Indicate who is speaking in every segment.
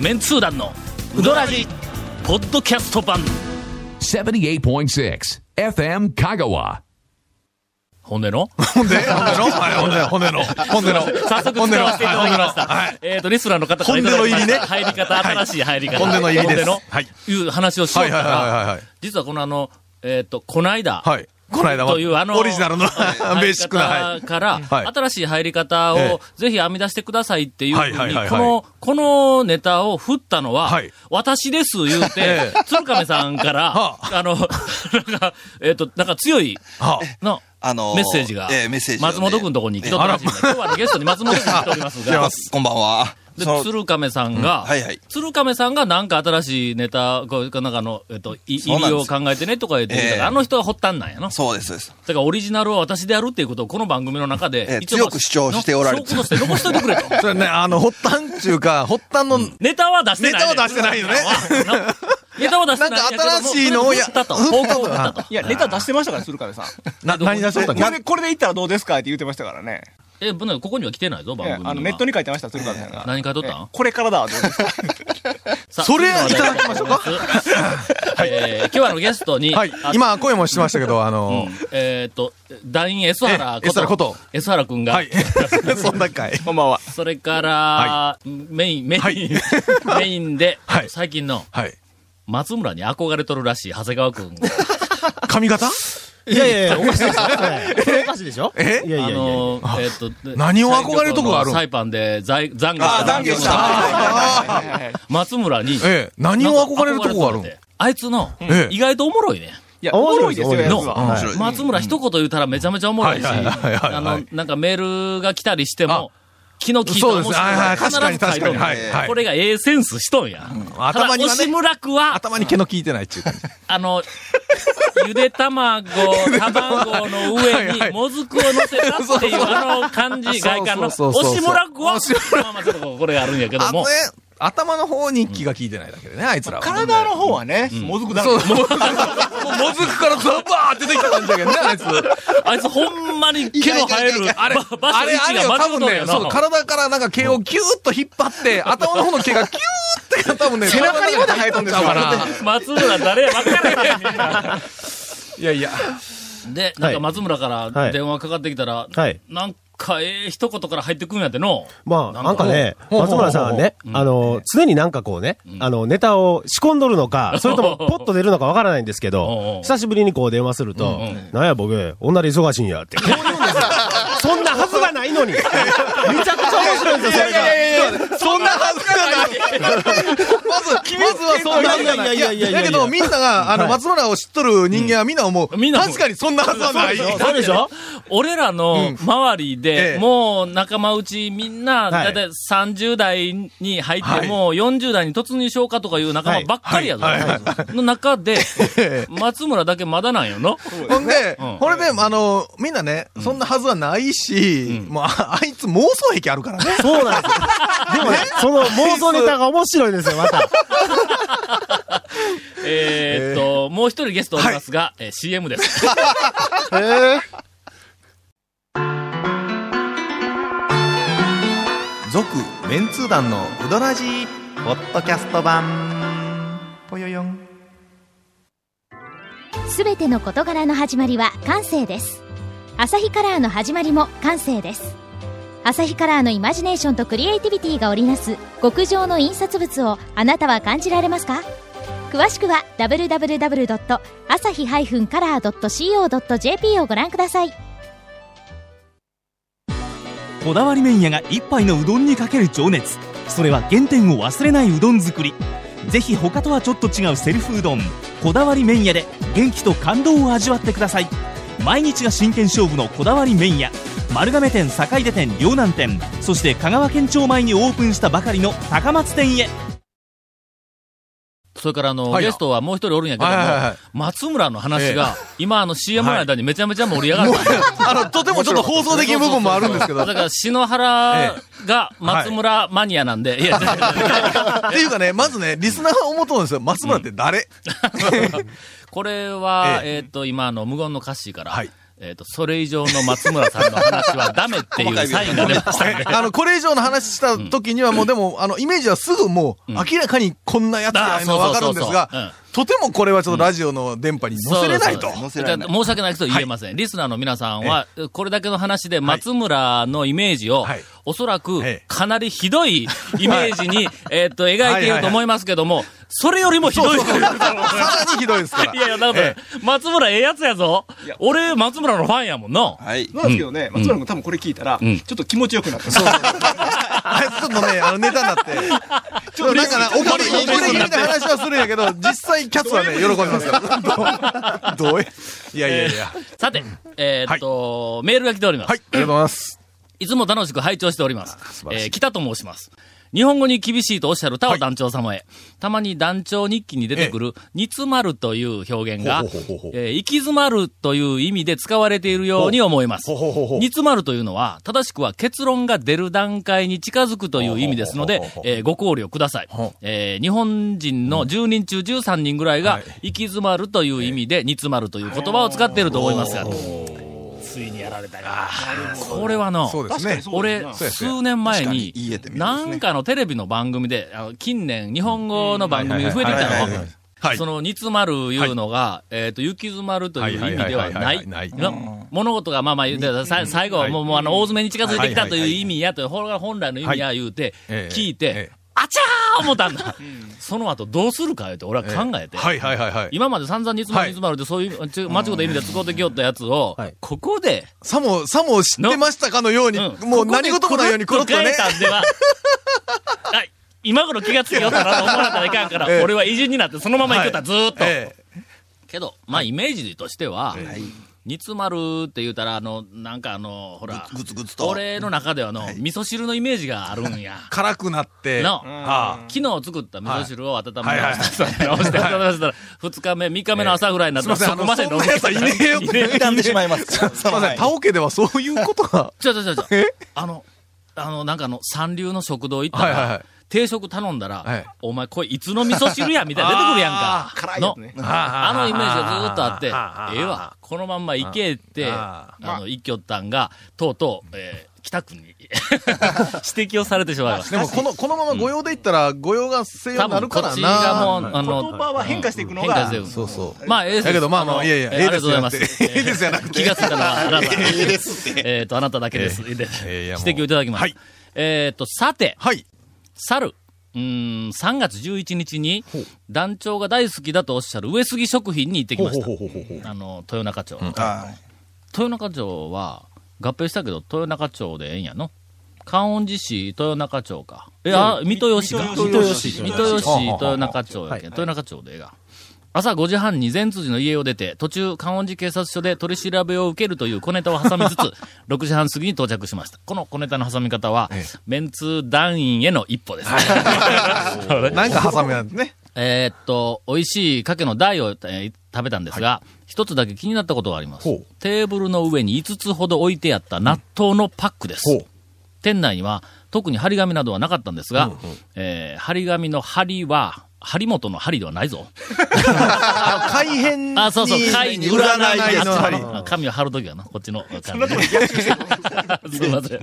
Speaker 1: メンツー団のウドラジポッドキャスト版
Speaker 2: 78.6 FM Kagawa.
Speaker 1: ほんでの
Speaker 3: ほんで、ほんでの、はい、ほんでの、ほんでの、ほんでの。
Speaker 1: 早速使わせていただきました。
Speaker 3: はいはい
Speaker 1: えっ、と、レストランの方からいただきました入り方、新しい入り方。
Speaker 3: 本音の入りです
Speaker 1: 本音の
Speaker 3: はい
Speaker 1: いう話をしようか
Speaker 3: はいはいはいはい
Speaker 1: ら
Speaker 3: はい、
Speaker 1: 実はこのあの、えっ、と、この間、
Speaker 3: はい。この間は、
Speaker 1: というあの、
Speaker 3: オリジナルの ベーシックな、は
Speaker 1: 入り
Speaker 3: い。
Speaker 1: 方から、
Speaker 3: はい
Speaker 1: 新しい入り方
Speaker 3: え
Speaker 1: をぜひ編み出してくださいっていうふうに、
Speaker 3: はいはいはいはい
Speaker 1: この、このネタを振ったのは、
Speaker 3: はい
Speaker 1: 私です言うて、
Speaker 3: ええ
Speaker 1: 鶴亀さんから、
Speaker 3: は
Speaker 1: あの、 なんか、えっ、と、なんか強い、
Speaker 3: は
Speaker 1: の、
Speaker 4: あのー
Speaker 1: メッセージが、
Speaker 4: ええメッセージをね
Speaker 1: 松本君のとこに来とったらしいんだ今日はねゲストに松本君来ておりますが、
Speaker 4: こんばんは。
Speaker 1: で
Speaker 4: その
Speaker 1: 鶴亀さんが、
Speaker 4: うんはいはい
Speaker 1: 鶴亀さんがなんか新しいネタ、こうなんかあの、えっと、い
Speaker 4: そう
Speaker 1: 入
Speaker 4: なん
Speaker 1: り
Speaker 4: で
Speaker 1: を
Speaker 4: す
Speaker 1: 考えてねとか言って、
Speaker 4: ええ
Speaker 1: あの人が発端なんやな。だ
Speaker 4: そうです、そうです。
Speaker 1: からオリジナルは私でやるっていうことをこの番組の中で、
Speaker 4: ええ
Speaker 1: 一応
Speaker 4: 強く主張しておられて
Speaker 1: 証拠として残しといてくれと。
Speaker 3: それね、あの、発端っていうか、発端の、
Speaker 1: ネタは出してないね。
Speaker 3: ネタは出してないよね
Speaker 1: 鶴亀は。ネタは出してないやけども
Speaker 3: なんか新しいのをや
Speaker 1: 振ったと。報告を振ったと。
Speaker 5: いや、レター出してましたから、鶴亀さん。
Speaker 3: な、何出しとったっ
Speaker 5: これ
Speaker 3: け
Speaker 5: で、これでいったらどうですかって言ってましたからね。
Speaker 1: え、ぶなここには来てないぞ、番
Speaker 5: ええ
Speaker 1: 組には。
Speaker 5: あの、ネットに書いてました、鶴亀さんが。
Speaker 1: 何書いとったん
Speaker 5: ええこれからだ、どうですか
Speaker 1: さあ
Speaker 3: それいただきましょうか。
Speaker 1: えー今日はあのゲストに、
Speaker 3: はい
Speaker 1: あ。
Speaker 3: 今、声もしてましたけど、あの、
Speaker 1: えっ、と、団員 S 原
Speaker 3: え S 原こと
Speaker 1: スハラ君が、
Speaker 3: はい。そんな回。
Speaker 5: こんばんは。
Speaker 1: それから、
Speaker 3: は
Speaker 1: メイン、メイン、
Speaker 3: はい
Speaker 1: メインで、
Speaker 3: はい
Speaker 1: 最近の
Speaker 3: はい。
Speaker 1: 松村に憧れとるらしい長谷川 君が、
Speaker 3: 髪型
Speaker 6: いやいやい や、おかしいでしょそれおかしいでしょ
Speaker 3: え
Speaker 6: いやいや
Speaker 1: あ
Speaker 6: いや。
Speaker 1: のー、えっ、と、
Speaker 3: 何を憧れるとこがある
Speaker 1: サイパンで在残業
Speaker 4: あー、懺悔した。
Speaker 3: あ
Speaker 5: はいはいはい
Speaker 1: 松村に、
Speaker 3: ええ、何を憧れるとこがある
Speaker 1: なんか憧れと
Speaker 3: ん
Speaker 1: るってあいつの、
Speaker 3: ええ
Speaker 1: 意外とおもろいね。
Speaker 5: いや、おもろいですよ、
Speaker 6: 面
Speaker 5: やつ
Speaker 6: 白い
Speaker 5: は。
Speaker 4: 白いうん
Speaker 1: 松村一言言うたらめちゃめちゃおもろいし、
Speaker 3: はいはいはいはい
Speaker 1: あの、なんかメールが来たりしても、気の利いた
Speaker 3: そう
Speaker 1: 面
Speaker 3: です
Speaker 1: 白い
Speaker 3: ね。はいはい。
Speaker 1: 必
Speaker 3: 確かに
Speaker 1: ず書
Speaker 3: 確
Speaker 1: い
Speaker 3: か
Speaker 1: と
Speaker 3: に。
Speaker 1: ん
Speaker 3: はい。
Speaker 1: ね
Speaker 3: は
Speaker 1: これ
Speaker 3: い。
Speaker 1: がええセンスしとんや。
Speaker 3: 頭には
Speaker 1: ただ
Speaker 3: ね
Speaker 1: 押村区は、
Speaker 3: 頭に毛の効いてないっていう感じ。
Speaker 1: あの、 ゆで 卵、卵の上
Speaker 3: はいは
Speaker 1: に
Speaker 3: い
Speaker 1: もずくを乗せたっていうあの感じ、外観の、
Speaker 3: そうそうそうそう
Speaker 1: 押村区は、まあまあちょっとここれがあるんやけど
Speaker 3: あの
Speaker 1: も
Speaker 3: ね、、頭の方に気が効いてないだけでね、あいつらは。
Speaker 5: 体の方はね、もずくだらけ
Speaker 3: もう、もずくからザバー出てきた感じだけどね、あいつ。
Speaker 1: あいつほんまに毛の生える、あれ、場所
Speaker 3: あれ、あれ
Speaker 1: 位置
Speaker 3: よ、
Speaker 1: が
Speaker 3: 多
Speaker 1: 間違う
Speaker 3: 分
Speaker 1: とん
Speaker 3: ね
Speaker 1: や、な
Speaker 3: そう、体からなんか毛をギューッと引っ張って、頭の方の毛がギューって、多分ね、背
Speaker 5: 中にまで生えとんですよ
Speaker 1: 松村誰や分からへんみんない
Speaker 3: やいや、
Speaker 1: で、なん
Speaker 6: は
Speaker 1: か
Speaker 6: い
Speaker 1: 松村から電話かかってきたら、
Speaker 6: はい
Speaker 1: なんかええ一言から入ってくんやっての。
Speaker 6: まあ、なんかね、
Speaker 3: ほうほうほう
Speaker 6: 松村さんはね、あの、常になんかこうね、あの、ネタを仕込んどるの か、それともポッと出るのかわからないんですけ
Speaker 1: おうおう
Speaker 6: ど、久しぶりにこう電話すると、なんや僕、女で忙しいんや って、こう言うんですよ。そんなはずがない のに。めちゃくちゃ面白いんですよ、それが。
Speaker 3: そんなはずがない。まず、まずはそんなはずがない。
Speaker 6: いやいやいやいやいやいや
Speaker 3: だけど、みんなが、あの、
Speaker 6: はい
Speaker 3: 松村を知っとる人間はみんな思う。
Speaker 1: うんみんな思う
Speaker 3: 確かにそんなはずはない。
Speaker 6: そうでしょ
Speaker 1: 俺らの周りで、
Speaker 3: ええ
Speaker 1: もう仲間内みんな、
Speaker 6: は
Speaker 1: だい
Speaker 6: い
Speaker 1: たい30代に入って、
Speaker 3: はい
Speaker 1: もう40代に突入しようかとかいう仲間ばっかりやぞ。
Speaker 3: はいはい
Speaker 1: の中 で、
Speaker 3: え
Speaker 1: 松村だけまだなんよの
Speaker 3: ほんで
Speaker 1: うん、
Speaker 3: これで、あの、みんなね、そんなはずはないし、もう、ああいつ妄想癖あるからね。
Speaker 6: そうなんです よ。でもね、その妄想ネタが面白いんですよ、ま た。
Speaker 1: えーっと、もう一人ゲストおりますが、えー CM です。
Speaker 7: 続メンツー団のウドラジーポッドキャスト版ぽよよん
Speaker 8: すべての事柄の始まりは感性ですアサヒカラーの始まりも感性ですアサヒカラーのイマジネーションとクリエイティビティが織りなす極上の印刷物をあなたは感じられますか詳しくは www.asahi-color.co.jp をご覧ください
Speaker 9: こだわり麺屋が一杯のうどんにかける情熱それは原点を忘れないうどん作りぜひ他とはちょっと違うセルフうどんこだわり麺屋で元気と感動を味わってください毎日が真剣勝負のこだわり麺屋丸亀店坂出店両南店そして香川県庁前にオープンしたばかりの高松店へ
Speaker 1: それからあの、
Speaker 3: はい
Speaker 1: ゲストはもう一人おるんやけども、
Speaker 3: はいはいはい
Speaker 1: 松村の話が、今あの CM の間にめちゃめちゃ盛り上がる。
Speaker 3: あの、とてもちょっと放送的部分もあるんですけど
Speaker 1: だ。 から、篠原が松村マニアなん で、いや、
Speaker 3: っていうかね、まずね、リスナーは思うと思うんですよ。松村って誰、
Speaker 1: これは、
Speaker 3: え
Speaker 1: えっ、と、今、あの、無言の歌詞から、
Speaker 3: はい
Speaker 1: えっ、と、それ以上の松村さんの話はダメっていうサインが出 ましたね。
Speaker 3: あの、これ以上の話した時にはもうでも、あの、イメージはすぐもう、明らかにこんなやつ
Speaker 1: あ
Speaker 3: だ、
Speaker 1: あ
Speaker 3: 今わかるんですが
Speaker 1: そうそうそううん、
Speaker 3: とてもこれはちょっとラジオの電波に載せれないと。
Speaker 1: そうそうそう申し訳ないこと言えません。リスナーの皆さんは、これだけの話で松村のイメージを、
Speaker 3: はい
Speaker 1: おそらく
Speaker 3: ええ
Speaker 1: かなりひどいイメージ に、えっと、描いていると思いますけども、それよりもひどい人がいると思う
Speaker 3: さらにひどいですから
Speaker 1: い。やいや、だから、松村ええやつやぞ。俺、松村のファンやもんな。
Speaker 7: はい。
Speaker 5: なんですけどね、松村君多分これ聞いたら、ち
Speaker 1: う
Speaker 5: ょ
Speaker 1: ん
Speaker 5: っと気持ちよくなった。
Speaker 3: あいつちょっとね、あの、ネタになって。ちょっとなんかな、怒り、怒り気味な話はするんやけど、実際キャッツはね、喜びますから。どうどういやいやいや。あり
Speaker 1: さて、えーっと、メールが来ております。
Speaker 3: がとうございます。
Speaker 1: いつも楽しく拝聴しております。えー北と申します。日本語に厳しいとおっしゃる田尾団長様へ、たまに団長日記に出てくる、煮詰まるという表現が、え
Speaker 3: ほうほうほうほう
Speaker 1: ー行き詰まるという意味で使われているように思います。
Speaker 3: ほうほうほうほう
Speaker 1: 煮詰まるというのは、正しくは結論が出る段階に近づくという意味ですので
Speaker 3: ほうほうほうほ、う
Speaker 1: えーご考慮ください
Speaker 3: ほう。
Speaker 1: えー日本人の10人中13人ぐらいが
Speaker 3: はい、
Speaker 1: 行き詰まるという意味で、煮詰まるという言葉を使っていると思いますが、これはの、
Speaker 3: そうですね。
Speaker 1: 俺、
Speaker 3: そうやそうや
Speaker 1: 数年
Speaker 7: 確
Speaker 1: 前に
Speaker 7: かに言えてみ、るんです
Speaker 1: な
Speaker 7: ね
Speaker 1: んかのテレビの番組で、あの近年、日本語の番組が増えてき
Speaker 3: はい
Speaker 1: た
Speaker 3: はいはいは
Speaker 1: の
Speaker 3: い。はい
Speaker 1: その、煮詰まるいうのが、えっと、行き詰まるという意味では
Speaker 3: は
Speaker 1: ない
Speaker 3: はいはい
Speaker 1: い。
Speaker 3: はいない
Speaker 1: の物事が、まあまあ言うてさ最後はもう、もうあの、大詰めに近づいてきたという意味や、という、ほら本来の意味や言うて、
Speaker 3: ええ
Speaker 1: 聞い
Speaker 3: え
Speaker 1: て
Speaker 3: え、
Speaker 1: あちゃー思ったんだ。その後、どうするか言うて、俺は考えて。
Speaker 3: はいはいはいはい。
Speaker 1: 今まで散々煮詰まる煮詰まるって、そういう、ちゅ間違った意味で使うてきよったやつを、ここで、
Speaker 3: さも、さも知ってましたかのように、
Speaker 1: うん
Speaker 3: もう何事もないようにコロッと
Speaker 1: ここで
Speaker 3: ね
Speaker 1: く。るっと変えたんで は、あ今頃気がつけよったなと思われたらいかんから、
Speaker 3: ええ
Speaker 1: 俺は偉人になってそのまま行くた、ずーっと。
Speaker 3: ええ
Speaker 1: けど、まあ、イメージとしては、煮詰まるって言うたら、あの、なんかあの、ほら、
Speaker 7: ぐつぐつと。
Speaker 1: 俺 の中ではあの、味噌汁のイメージがあるんや。
Speaker 3: 辛くなって。
Speaker 1: の、
Speaker 3: は
Speaker 1: 昨日作った味噌汁を温め
Speaker 3: はい
Speaker 1: 直して、 温め直して、温め直したら、2日目、3日目の朝ぐらいになったら、
Speaker 3: すいませ
Speaker 1: そ
Speaker 3: ん
Speaker 1: こまで飲む
Speaker 3: あのそんなやつはいねえ
Speaker 1: い
Speaker 3: よ
Speaker 1: ねえ
Speaker 7: 歪んでしまい ます。
Speaker 3: あ。すいません、タオケではそういうこと が。
Speaker 1: 違う違う違う違う。あの、あの、なんかあの、三流の食堂行ったら、
Speaker 3: はいはいはい
Speaker 1: 定食頼んだら、
Speaker 3: はい
Speaker 1: お前これいつの味噌汁やみたいな出てくるやんか。辛いやつね。あのイメージがずーっとあって、ええわ、このまんま行けって、あ
Speaker 3: あ
Speaker 1: の、一挙ったんが、とうとう、えー北区 に指摘をされてしまいまし
Speaker 3: で
Speaker 1: た。
Speaker 3: も、この、このまま御用でいったら、御用が西洋
Speaker 1: 多
Speaker 3: になる
Speaker 1: 分こ
Speaker 3: か
Speaker 1: っ
Speaker 3: ら
Speaker 1: ち
Speaker 3: な。
Speaker 1: がもう、あの、
Speaker 5: 言葉は変化していくの
Speaker 1: 変化
Speaker 5: が
Speaker 1: してい、く
Speaker 3: そうそう。
Speaker 1: まあ、ええです
Speaker 3: だけどまあまあ
Speaker 1: の
Speaker 3: いやいや
Speaker 1: え
Speaker 3: ええ
Speaker 1: ありが
Speaker 3: で
Speaker 1: とうご
Speaker 3: すよ
Speaker 1: ざいます。
Speaker 3: ってええですよなくて
Speaker 1: 気がついたのは、あなた。
Speaker 7: ええですって。
Speaker 1: えっと、あなただけです。で指
Speaker 3: ええいやもう
Speaker 1: 摘をいただきます。
Speaker 3: はい
Speaker 1: えっと、さて、
Speaker 3: はい。
Speaker 1: 去る、うーん、3月11日に、団長が大好きだとおっしゃる上杉食品に行ってきました。あの、豊中町。豊中町は、合併したけど、豊中町でええんやの観音寺市、豊中町か。え、あ、水戸吉か。
Speaker 5: 水戸吉
Speaker 1: 水戸吉、豊中町やけん。豊中町でええが。朝5時半に善通寺の家を出て、途中、観音寺警察署で取り調べを受けるという小ネタを挟みつつ、6時半過ぎに到着しました。この小ネタの挟み方は、メンツ団員への一歩です。
Speaker 3: なんか挟むやつね。
Speaker 1: えーっと、美味しいかけの台を、えー食べたんですが、一、つだけ気になったことがあります。テーブルの上に5つほど置いてあった納豆のパックです。店内には特に張り紙などはなかったんですが、えー張り紙の針は、張本の針ではないぞ。
Speaker 3: あ改変 に。
Speaker 1: あ、そうそう、貝に
Speaker 3: 占いの針。
Speaker 1: あ紙を貼るときはな、こっちの紙ね。すみません。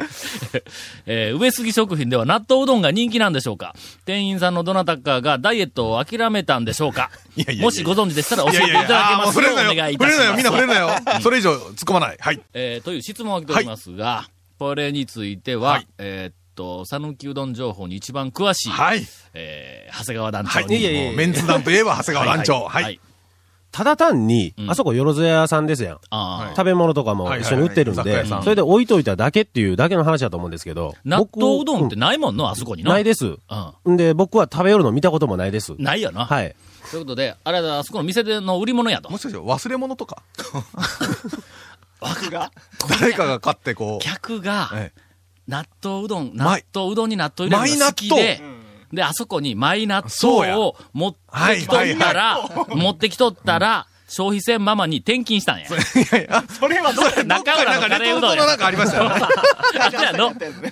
Speaker 1: えー上杉食品では納豆うどんが人気なんでしょうか店員さんのどなたかがダイエットを諦めたんでしょうか
Speaker 3: やいやいや
Speaker 1: もしご存知でしたら教え
Speaker 3: い
Speaker 1: てい
Speaker 3: やいやい
Speaker 1: ただけ
Speaker 3: や、あーも
Speaker 1: ます
Speaker 3: う触
Speaker 1: よ
Speaker 3: れ
Speaker 1: う
Speaker 3: るな
Speaker 1: お願い
Speaker 3: よ。
Speaker 1: いた
Speaker 3: 触
Speaker 1: しま
Speaker 3: れ
Speaker 1: す。
Speaker 3: るなよ。みんな触れるなよ。それ以上突っ込まない。はい。
Speaker 1: えーという質問を来ておりますが、これについては、
Speaker 3: はい
Speaker 1: えーっと、讃岐うどん情報に一番詳しい、
Speaker 3: はい。
Speaker 1: えー長谷川団長
Speaker 3: は
Speaker 1: に。
Speaker 6: いやいやいや
Speaker 3: い。メンツ団といえば長谷川団長。はい。はい。
Speaker 6: ただ単に、
Speaker 1: うん
Speaker 6: あそこよろずやさんですやん。
Speaker 1: あー
Speaker 6: 食べ物とかも一緒に売ってるん
Speaker 3: はいはいは
Speaker 6: で、
Speaker 3: い雑貨屋さん
Speaker 6: それで置いといただけっていうだけの話だと思うんですけど。
Speaker 1: 納豆うどんっ
Speaker 6: 僕
Speaker 1: てないもんの、あそこに
Speaker 6: うんない
Speaker 1: で。
Speaker 6: です。
Speaker 1: うん。
Speaker 6: んで、僕は食べよるの見たこともないです。
Speaker 1: ないよな。
Speaker 6: はい。
Speaker 1: ということで、あれだ、あそこの店での売り物やと
Speaker 3: も。しかして忘れ物とか
Speaker 5: 枠が。
Speaker 3: 誰かが買ってこう。
Speaker 1: 客が、
Speaker 3: ええ
Speaker 1: 納豆うどん、納
Speaker 3: マイ
Speaker 1: 豆うどんに納豆入れるのが好き
Speaker 3: マイ
Speaker 1: で、で、あそこにマイ納
Speaker 3: そう
Speaker 1: 豆
Speaker 3: や
Speaker 1: を持ってきとったら、持ってきとったら、消費せんママに転勤したんや。
Speaker 5: それはどうや
Speaker 1: 中
Speaker 3: な
Speaker 1: 浦の
Speaker 3: んか
Speaker 1: カ
Speaker 3: レ
Speaker 1: レー
Speaker 3: ト
Speaker 1: うどん
Speaker 3: ルト
Speaker 1: や
Speaker 3: の。なんかありました よね。
Speaker 1: あじゃあの
Speaker 5: ったやつね。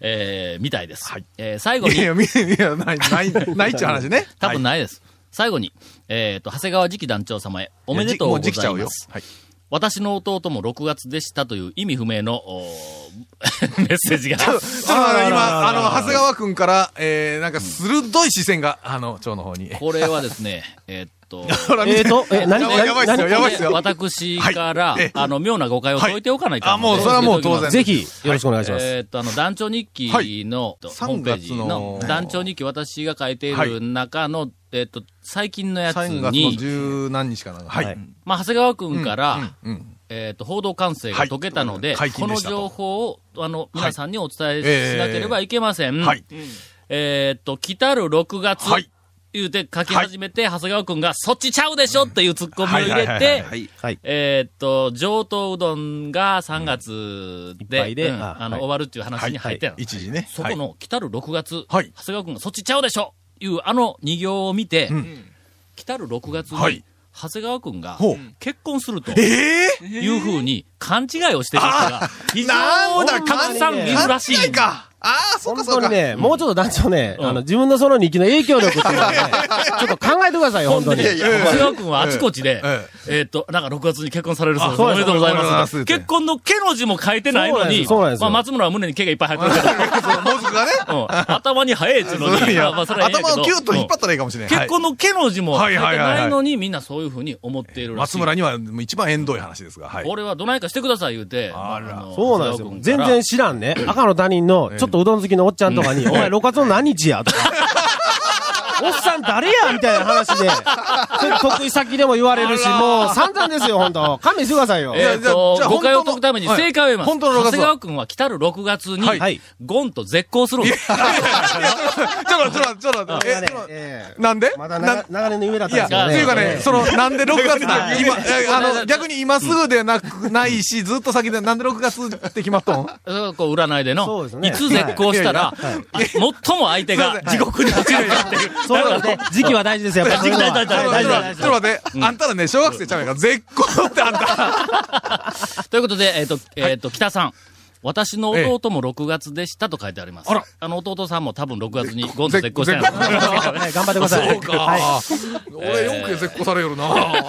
Speaker 1: えーみたいです。えー最後
Speaker 3: いやい
Speaker 1: に、
Speaker 3: や、みいや、ない、ない、ないっちゅう話ね。
Speaker 1: 多分ないです。最後に、えっと、長谷川次期団長様へ、おめでとうございます。
Speaker 3: はい。
Speaker 1: 私の弟も6月でしたという意味不明の、おメッセー ジが。
Speaker 3: ちょっとあの今、あの、長谷川くんから、えー、なんか鋭い視線が、あの、蝶の方に。
Speaker 1: これはですね、えっ と、
Speaker 3: ほら、見
Speaker 6: え
Speaker 3: て
Speaker 6: っ。と、え、何
Speaker 3: やばいやばいっすよ、やばいっすよ。
Speaker 1: 私から、
Speaker 3: はいええ
Speaker 1: あの、妙な誤解を解いておかないと、
Speaker 3: はいあもうそれはもう当然
Speaker 6: ぜひ、よろしくお願いします。
Speaker 1: えーっと、あの、団長日記の、とホームページの
Speaker 3: 3月の
Speaker 1: 団長日記、私が書いている中の、えーっと、最近のやつ
Speaker 3: 3月の
Speaker 1: に、
Speaker 3: 十何日かな。は
Speaker 6: はい
Speaker 3: い。
Speaker 1: まあ、長谷川くんから、
Speaker 3: うん。
Speaker 1: えーっと、報道管制が解けたので、
Speaker 3: はい解
Speaker 1: こ
Speaker 3: 禁
Speaker 1: の
Speaker 3: でしたと
Speaker 1: 情報を、あの、皆さんにお伝えしなければいけません。
Speaker 3: はい。
Speaker 1: えーっと、来たる6月、
Speaker 3: はい
Speaker 1: 言うて書き始めて、長谷川くんが、そっちちゃうでしょっていうツッコミを入れ
Speaker 3: はいはいはい
Speaker 1: て
Speaker 3: は、
Speaker 7: はい。
Speaker 6: はい。
Speaker 1: えーっと、上等うどんが3月
Speaker 6: いっ
Speaker 1: で、
Speaker 6: ぱいで
Speaker 1: うん
Speaker 6: あ
Speaker 1: あの、
Speaker 6: はい
Speaker 1: 終わるっていう話に入ってたの
Speaker 3: 一時ね。
Speaker 1: そこの、来たる6月、
Speaker 3: はい
Speaker 1: 長谷川くんがそっちちゃうでしょいうあの2行を見て、来たる6月に、
Speaker 3: はい
Speaker 1: 長谷川くんが
Speaker 3: ほう
Speaker 1: 結婚すると
Speaker 3: ええ
Speaker 1: いうふうに勘違いをしていましたが、非
Speaker 3: な
Speaker 1: 常
Speaker 3: んだ
Speaker 1: にたくさんいる
Speaker 3: ー
Speaker 1: らし
Speaker 3: 勘違
Speaker 1: い
Speaker 3: い。か。ああ、そっ
Speaker 6: 本
Speaker 3: かそ
Speaker 6: 当
Speaker 3: っか。
Speaker 6: にね、もうちょっと団長ね、
Speaker 1: うん
Speaker 6: あの、自分のその日記の影響力っていう のはね、ちょっと考えてくださいよ、
Speaker 1: ほん
Speaker 6: 本当
Speaker 1: でね、
Speaker 6: に。い
Speaker 1: 長谷川くんはあちこちで
Speaker 3: え、
Speaker 1: えーっと、なんか6月に結婚されるそうです。
Speaker 6: あそう
Speaker 1: お
Speaker 6: で
Speaker 1: め
Speaker 6: す
Speaker 1: でとうござい
Speaker 3: おめでとうござい
Speaker 1: ま
Speaker 3: ます
Speaker 1: す。
Speaker 3: って
Speaker 1: 結婚の毛の字も書いてないのに、
Speaker 6: そうなんですよそうなんですよ
Speaker 1: まあ松村は胸に毛がいっぱい生えてるけど、
Speaker 3: もずくがね。
Speaker 1: うん頭に生えっちゅうの
Speaker 3: い
Speaker 1: に、
Speaker 3: や
Speaker 1: まあまあそれはええんやけ
Speaker 3: 頭
Speaker 1: ど
Speaker 3: をキュッと引っ張ったらいいかもしれない。
Speaker 1: 結婚の毛の字も書いて
Speaker 3: はいはいはい
Speaker 1: な
Speaker 3: はいい
Speaker 1: のに、みんなそういうふうに思っているらしい。
Speaker 3: 松村にはもう一番縁遠い話ですが、はい。
Speaker 1: 俺はどないかしてください言うて、
Speaker 3: あら
Speaker 1: まあの
Speaker 6: そうなんですよ
Speaker 1: 長。谷
Speaker 6: 全
Speaker 1: 川君から
Speaker 6: 然知らんね。赤の他人の、ちょっとうどん好きのおっちゃんとかに、お前6月の何日や とか。おっさん誰やみたいな話で、それ得意先でも言われるし、もう散々ですよ、本当勘弁してくださいよ。
Speaker 3: いや
Speaker 1: えっと
Speaker 3: じゃあじゃあ
Speaker 1: 誤解を解くために
Speaker 3: 本当の
Speaker 1: 正解を言います。
Speaker 3: はい本当の6
Speaker 1: 長
Speaker 3: 月は
Speaker 1: 谷川君は来たる6月
Speaker 3: はい
Speaker 6: は
Speaker 1: に
Speaker 6: い、
Speaker 1: ゴンと絶好するんです。
Speaker 3: ちょっと待って、ちょっと待って、ちょっと待って。え、ちょっと待って
Speaker 6: ええ
Speaker 3: なんで
Speaker 6: まだ
Speaker 3: なん
Speaker 6: 長長年の夢だっ
Speaker 3: い
Speaker 6: たん
Speaker 3: や、
Speaker 6: です
Speaker 3: って
Speaker 6: けどね。
Speaker 3: いうかね、
Speaker 6: ええ
Speaker 3: その、なんで6月だ
Speaker 6: はい
Speaker 3: 今、あの、逆に今すぐではなく、ないし、ずっと先で、なんで6月って決まったん
Speaker 1: それが こう占いで
Speaker 6: そ
Speaker 1: の
Speaker 6: うです、ね
Speaker 1: いつ絶好したら、最も相手が地獄に落ちるよっていう。
Speaker 6: そうなんですね。時期は大事ですよ、やっぱりそういうのは。
Speaker 1: 時期大事
Speaker 3: ちょっ
Speaker 1: 大
Speaker 3: と
Speaker 1: 事
Speaker 3: 待って、ちょっと待って、あんたらね、小学生ちゃうやんから、絶好ってあんた。
Speaker 1: ということで、えっ、と、えっ、と、北さん。私の弟も6月でしたと書いてあります。あの弟さんも多分6月にゴンと絶好したんやろうな
Speaker 6: はい頑張ってください。
Speaker 3: そう
Speaker 6: はい
Speaker 3: か。俺、よく絶好されよるな。会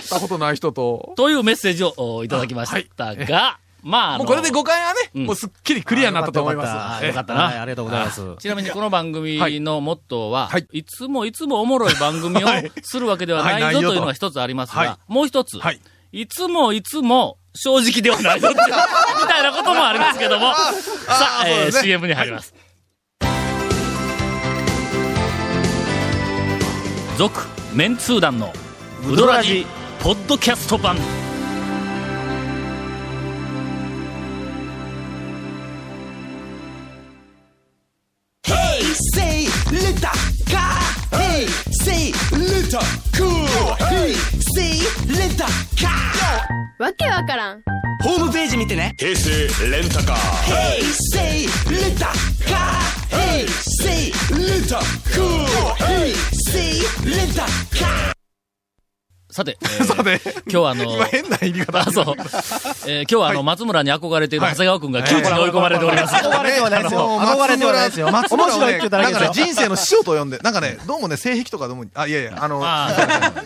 Speaker 3: ったことない人と。
Speaker 1: というメッセージをおいただきましたが、まあ、あ
Speaker 3: も
Speaker 1: の
Speaker 3: うこれで誤解は
Speaker 1: うん
Speaker 3: ね、もうすっきりクリアになったと思います。
Speaker 1: よ
Speaker 3: え
Speaker 1: かった
Speaker 6: はい、
Speaker 1: な。
Speaker 6: ありがとうございます。
Speaker 1: ちなみにこの番組のモットーは、
Speaker 3: はい
Speaker 1: い、つもいつもおもろい番組を
Speaker 3: はい
Speaker 1: するわけでは
Speaker 3: はい
Speaker 1: な
Speaker 3: ないい
Speaker 1: ぞと
Speaker 3: よと
Speaker 1: いうのが一つありますが、
Speaker 3: はい
Speaker 1: もう一つ、
Speaker 3: はい
Speaker 1: い、つもいつも正直ではないぞ っていうみたいなこともありますけども、さあ、
Speaker 3: そう
Speaker 1: えー
Speaker 3: ですね
Speaker 1: CM に入ります。続、メンツー団のウドラジポッドキャスト版。
Speaker 4: わけわからん
Speaker 1: さて、えー
Speaker 3: さて、
Speaker 1: 今日はあの
Speaker 3: 今、変な入り方
Speaker 1: あ、。そう。えー今日はあの、松村に憧れている長谷川くんが窮地に追い込まれており ます。
Speaker 6: 憧れてはないですよ。憧れてはないですよ。面
Speaker 3: 松村を
Speaker 6: 白
Speaker 3: ね
Speaker 6: いって言っただ
Speaker 3: な
Speaker 6: け
Speaker 3: ん
Speaker 6: で
Speaker 3: か
Speaker 6: す
Speaker 3: ね
Speaker 6: よ。
Speaker 3: 人生の師匠と呼んで、なんかね、どうもね、性癖とかでも、あ、いやいや、あの、
Speaker 1: あ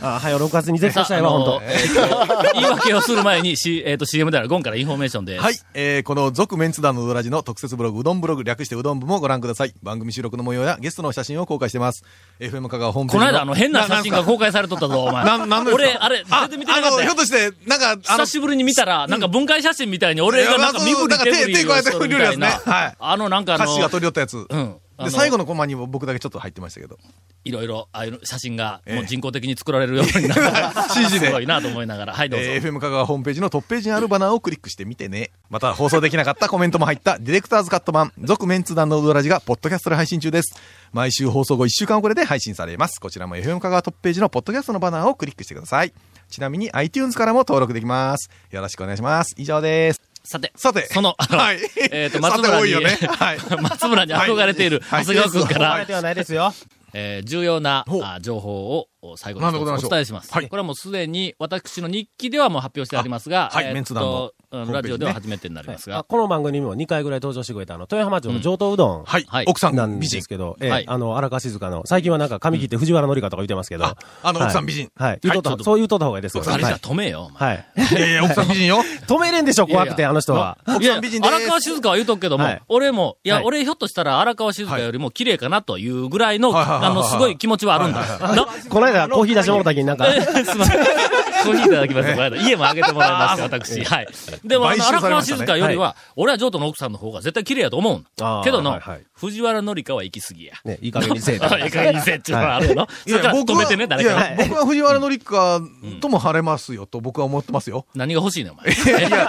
Speaker 6: あ、はい、6月に絶
Speaker 1: さ
Speaker 6: 対
Speaker 1: あ、あ
Speaker 6: したいわ、本
Speaker 1: の
Speaker 6: 当。
Speaker 1: えー言い訳をする前に、C えー、と CM であるゴンからインフォメーションです。
Speaker 3: はい。えーこの、続メンツ団のうどらじの特設ブログ、うどんブログ、略してうどん部もご覧ください。番組収録の模様やゲストの写真を公開してます。FM 香川ホームペ
Speaker 1: こ
Speaker 3: ージ
Speaker 1: の間、あの、変な写真が公開されとったぞ、お前。
Speaker 3: ななんですか
Speaker 1: 俺、あれ、出てみてな
Speaker 3: あ
Speaker 1: かっ
Speaker 3: の、
Speaker 1: た
Speaker 3: ひょ
Speaker 1: よ
Speaker 3: っ。として、なんか、あの
Speaker 1: 久、しぶりに見たら、なんか分解写真みたいに俺がなんか
Speaker 3: い
Speaker 1: 身
Speaker 3: やまあ
Speaker 1: 振り
Speaker 3: なんか
Speaker 1: 手振り
Speaker 3: 手手
Speaker 1: を
Speaker 3: 加え
Speaker 1: してとるみ
Speaker 3: 振る
Speaker 1: た
Speaker 3: や
Speaker 1: い
Speaker 3: つね
Speaker 1: な
Speaker 3: はい。
Speaker 1: あの、なんかあ
Speaker 3: 歌詞が取
Speaker 1: の、
Speaker 3: り寄ったやつ。
Speaker 1: うん。あ
Speaker 3: で、最後
Speaker 1: の、
Speaker 3: のコマにも僕だけちょっと入ってましたけど。
Speaker 1: いろいろ、ああいう写真が、
Speaker 3: ええ
Speaker 1: もう人工的に作られるようにな った。
Speaker 3: CG です
Speaker 1: ごいなと思いながら。はい、どうぞ。
Speaker 3: えー FM 香川ホームページのトップページにあるバナーをクリックしてみてね。また放送できなかったコ メントも入ったディレクターズカット版、続メンツ団のウドラジがポッドキャストで配信中です。毎週放送後1週間遅れで配信されます。こちらも FM 香川トップページのポッドキャストのバナーをクリックしてください。ちなみに iTunes からも登録できます。よろしくお願いします。以上です。
Speaker 1: さて、
Speaker 3: さて
Speaker 1: その、あの、
Speaker 3: はい
Speaker 1: えっ、と、松村
Speaker 3: さて多
Speaker 1: に、
Speaker 3: いよねはい
Speaker 1: 松村に憧れている長
Speaker 3: はい
Speaker 1: 谷川君か
Speaker 6: 憧れ
Speaker 1: ら、
Speaker 6: てはないですよ。
Speaker 1: えー重要な
Speaker 3: ほう
Speaker 1: あ情報をを最後に
Speaker 3: なんでございましょう
Speaker 1: お伝えします。
Speaker 3: はい
Speaker 1: これはもうすでに私の日記ではもう発表してありますが、
Speaker 3: あはい
Speaker 1: えーっと
Speaker 3: メンツ団の
Speaker 1: うんラジオでは初めてになります
Speaker 6: あ
Speaker 1: が、
Speaker 6: この番組にも2回ぐらい登場してくれた、あの、豊浜町の上等うどん。
Speaker 3: はい、
Speaker 1: はい
Speaker 3: 奥さ
Speaker 6: なんん
Speaker 3: 美
Speaker 6: で
Speaker 3: 人
Speaker 6: す。けど、ええ
Speaker 1: はい
Speaker 6: あの、荒川静香の、最近はなんか髪切って藤原紀香とか言ってますけど、
Speaker 3: ああの
Speaker 6: はい
Speaker 3: 奥さん美人
Speaker 6: はい。言うとった
Speaker 1: はいちょっと
Speaker 6: そう言うとった方がいいですよ。
Speaker 1: あれじゃ
Speaker 6: はい。
Speaker 1: 止めよ、お前。
Speaker 6: はい。
Speaker 3: いやいや、奥さん美人よ。
Speaker 6: 止めれんでしょ、怖く
Speaker 1: いやい
Speaker 6: て、
Speaker 1: や
Speaker 6: あの人は。
Speaker 3: 奥さん美人です
Speaker 1: いや荒川静香は言うとくけども、
Speaker 6: はい
Speaker 1: 俺も、いや、
Speaker 6: はい
Speaker 1: 俺ひょっとしたら荒川静香よりも綺麗かなというぐらいの、
Speaker 3: はいはいはいはい
Speaker 1: あの、すごい気持ちはあるんだ。 な
Speaker 6: この間、コーヒー出してもらった時になんか、
Speaker 1: えすいません。コーヒーいただきました。この間家もあげてもらいました、私。はい。でも、あ
Speaker 3: 買
Speaker 1: の、
Speaker 3: 収
Speaker 1: 荒
Speaker 3: され
Speaker 1: 川
Speaker 3: ましたね
Speaker 1: 静香よりは、俺は譲渡の奥さんの方が絶対綺麗やと思うん
Speaker 6: あー
Speaker 1: けどの、
Speaker 6: はいはい
Speaker 1: 藤原紀香は行き過ぎや。
Speaker 6: ね、いい加減に せえと。
Speaker 1: あいかにせっちゅうのはあるの、それから止めてね、誰か
Speaker 3: い
Speaker 1: が
Speaker 3: や、僕は藤原紀香とも晴れますよと僕は思ってますよ。
Speaker 1: 何が欲しいねん、お前。
Speaker 3: いや、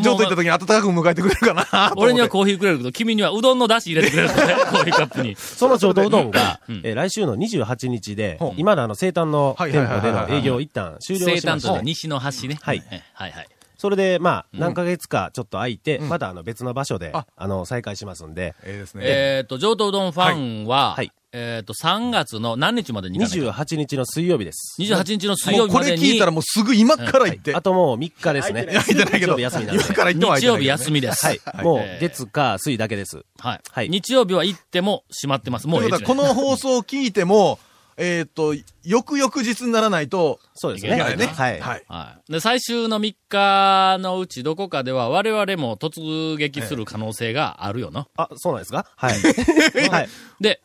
Speaker 3: ちょっと行った時に温かく迎えてくれるかなと思っ て
Speaker 1: 俺にはコーヒーくれるけど、君にはうどんの出汁入れてくれるからね、コーヒーカップに。
Speaker 6: その上等うどんが
Speaker 1: うん、
Speaker 6: えー来週の28日で
Speaker 3: ほう、
Speaker 6: 今のあの生誕の
Speaker 3: はい
Speaker 6: 店
Speaker 3: はいはい
Speaker 6: 舗
Speaker 3: はい
Speaker 6: で
Speaker 3: はい
Speaker 6: の営業を一旦終了
Speaker 1: 生
Speaker 6: しま
Speaker 1: 誕
Speaker 6: し
Speaker 1: と
Speaker 6: て、
Speaker 1: 西の端ね。
Speaker 6: はい
Speaker 1: えはいはい。
Speaker 6: それで、まあ、何ヶ月かちょっと空いて、またあの別の場所で、
Speaker 3: あ
Speaker 6: あの、再開しますんで、
Speaker 3: ええですね。
Speaker 1: えっと、上等うどんファンは、
Speaker 6: はいはい
Speaker 1: えっと、3月の何日までに行かないと
Speaker 6: 28日の水曜日です。
Speaker 1: 28日の水
Speaker 3: も
Speaker 1: 曜
Speaker 3: う
Speaker 1: 日
Speaker 3: こ
Speaker 1: ま
Speaker 3: れ
Speaker 1: でに、
Speaker 3: 聞いたらもうすぐ今から行って。
Speaker 6: あともう3日です ね。
Speaker 3: いや、行ってないけど、
Speaker 6: 日曜日休みなん
Speaker 3: 今
Speaker 6: で。
Speaker 3: から行っては
Speaker 1: 日曜日休
Speaker 3: み。
Speaker 1: みです。
Speaker 6: はい。
Speaker 3: い
Speaker 6: もう
Speaker 1: えー
Speaker 6: 月か水だけです。
Speaker 1: はい。
Speaker 6: はい
Speaker 1: 日曜日は行っても閉まってます。も
Speaker 3: と
Speaker 1: う
Speaker 3: い
Speaker 1: え
Speaker 3: う
Speaker 1: え
Speaker 3: ことはこの放送を聞いても、えっと、翌々日にならないと、
Speaker 6: そうです
Speaker 1: い
Speaker 6: ね。
Speaker 1: けないな
Speaker 6: はい。
Speaker 3: はい。
Speaker 1: はい。で、最終の3日のうちどこかでは我々も突撃する可能性があるよな。
Speaker 6: あ、そうなんですかはい。 はい。
Speaker 1: で、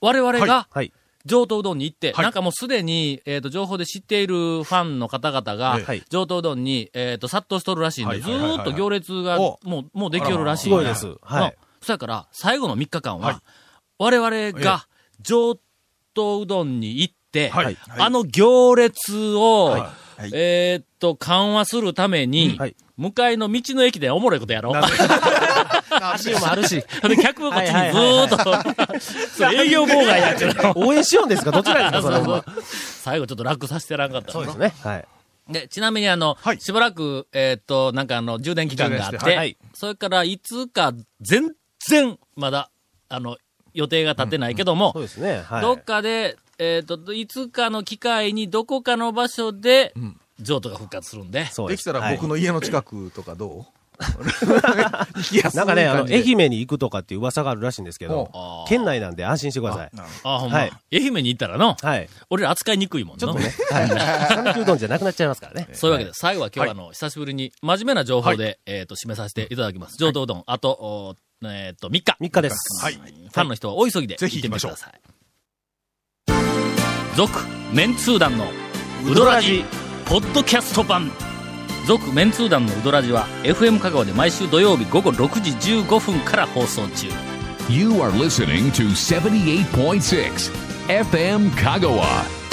Speaker 1: 我々が
Speaker 6: はい。
Speaker 1: 上等うどんに行って、
Speaker 3: はい
Speaker 1: なんかもうすでに、えっ、と、情報で知っているファンの方々が、
Speaker 6: はい
Speaker 1: 上等うどんに、えっ、と、殺到しとるらしいんで、
Speaker 3: はい
Speaker 1: ずーっと行列が、も
Speaker 3: お
Speaker 1: う、もうできおるらしい
Speaker 6: すごいです。は。。
Speaker 1: はいそやから、最後の3日間は、
Speaker 3: はい
Speaker 1: 我々が上等うどんに行って、
Speaker 3: はい
Speaker 1: あの行列を、
Speaker 5: い
Speaker 1: えーっと、緩和するために、
Speaker 6: はい
Speaker 1: 向かいの道の駅でおもろいことやろう。
Speaker 6: 足もあるし。
Speaker 1: で、客をこっちにずーっと、 そう営業妨害やっちゃう。
Speaker 6: 応援しようんですかどちらですかそれ
Speaker 1: そうそ
Speaker 6: は
Speaker 1: う。最後ちょっと楽させてやらんかったな
Speaker 6: そうですね。はい。
Speaker 1: で、ちなみにあの、
Speaker 3: はい
Speaker 1: しばらく、えーっと、なんかあの、充電期間があっ、
Speaker 3: 充電してて
Speaker 6: はい
Speaker 1: それからいつか全然、まだ、あの、予定が立ってないけども、
Speaker 6: そうですね。はい。
Speaker 1: どっかで、えーっと、いつかの機会にどこかの場所で、譲渡が復活するんで、
Speaker 6: そう
Speaker 3: で
Speaker 6: で
Speaker 3: き
Speaker 6: す
Speaker 3: たら僕
Speaker 6: は
Speaker 3: の家の近くとか どう行きや
Speaker 6: い
Speaker 3: すい
Speaker 6: なんかね、あ
Speaker 3: 感
Speaker 6: の、
Speaker 3: じで
Speaker 6: 愛媛に行くとかっていう噂があるらしいんですけど
Speaker 1: おう、
Speaker 6: 県内なんで安心してください。
Speaker 1: あ、ほんま、
Speaker 6: はい
Speaker 1: 愛媛に行ったらの、
Speaker 6: はい。
Speaker 1: 俺ら扱いにくいもん
Speaker 6: ちょっ
Speaker 1: な
Speaker 6: と。ね、はい。讃岐うどんじゃなくなっちゃいますからね。
Speaker 1: そういうわけで、最後は今日はあの、久しぶりに真面目な情報で、えーっと、締めさせていただきます。上等うどん、あと、おえーっと、3日。
Speaker 6: 3日です。
Speaker 3: はい。
Speaker 1: ファンの人はお急ぎで
Speaker 3: ぜひ
Speaker 1: 行って
Speaker 3: 行き
Speaker 1: み
Speaker 3: ま
Speaker 1: て
Speaker 3: し
Speaker 1: く
Speaker 3: ょう
Speaker 1: ださい。続、メンツー団のウドラジ、ポッドキャスト版。続、メンツー団のウドラジは、FM 香川で毎週土曜日午後6時15分から放送中。
Speaker 2: You are listening to 78.6 FM Kagawa.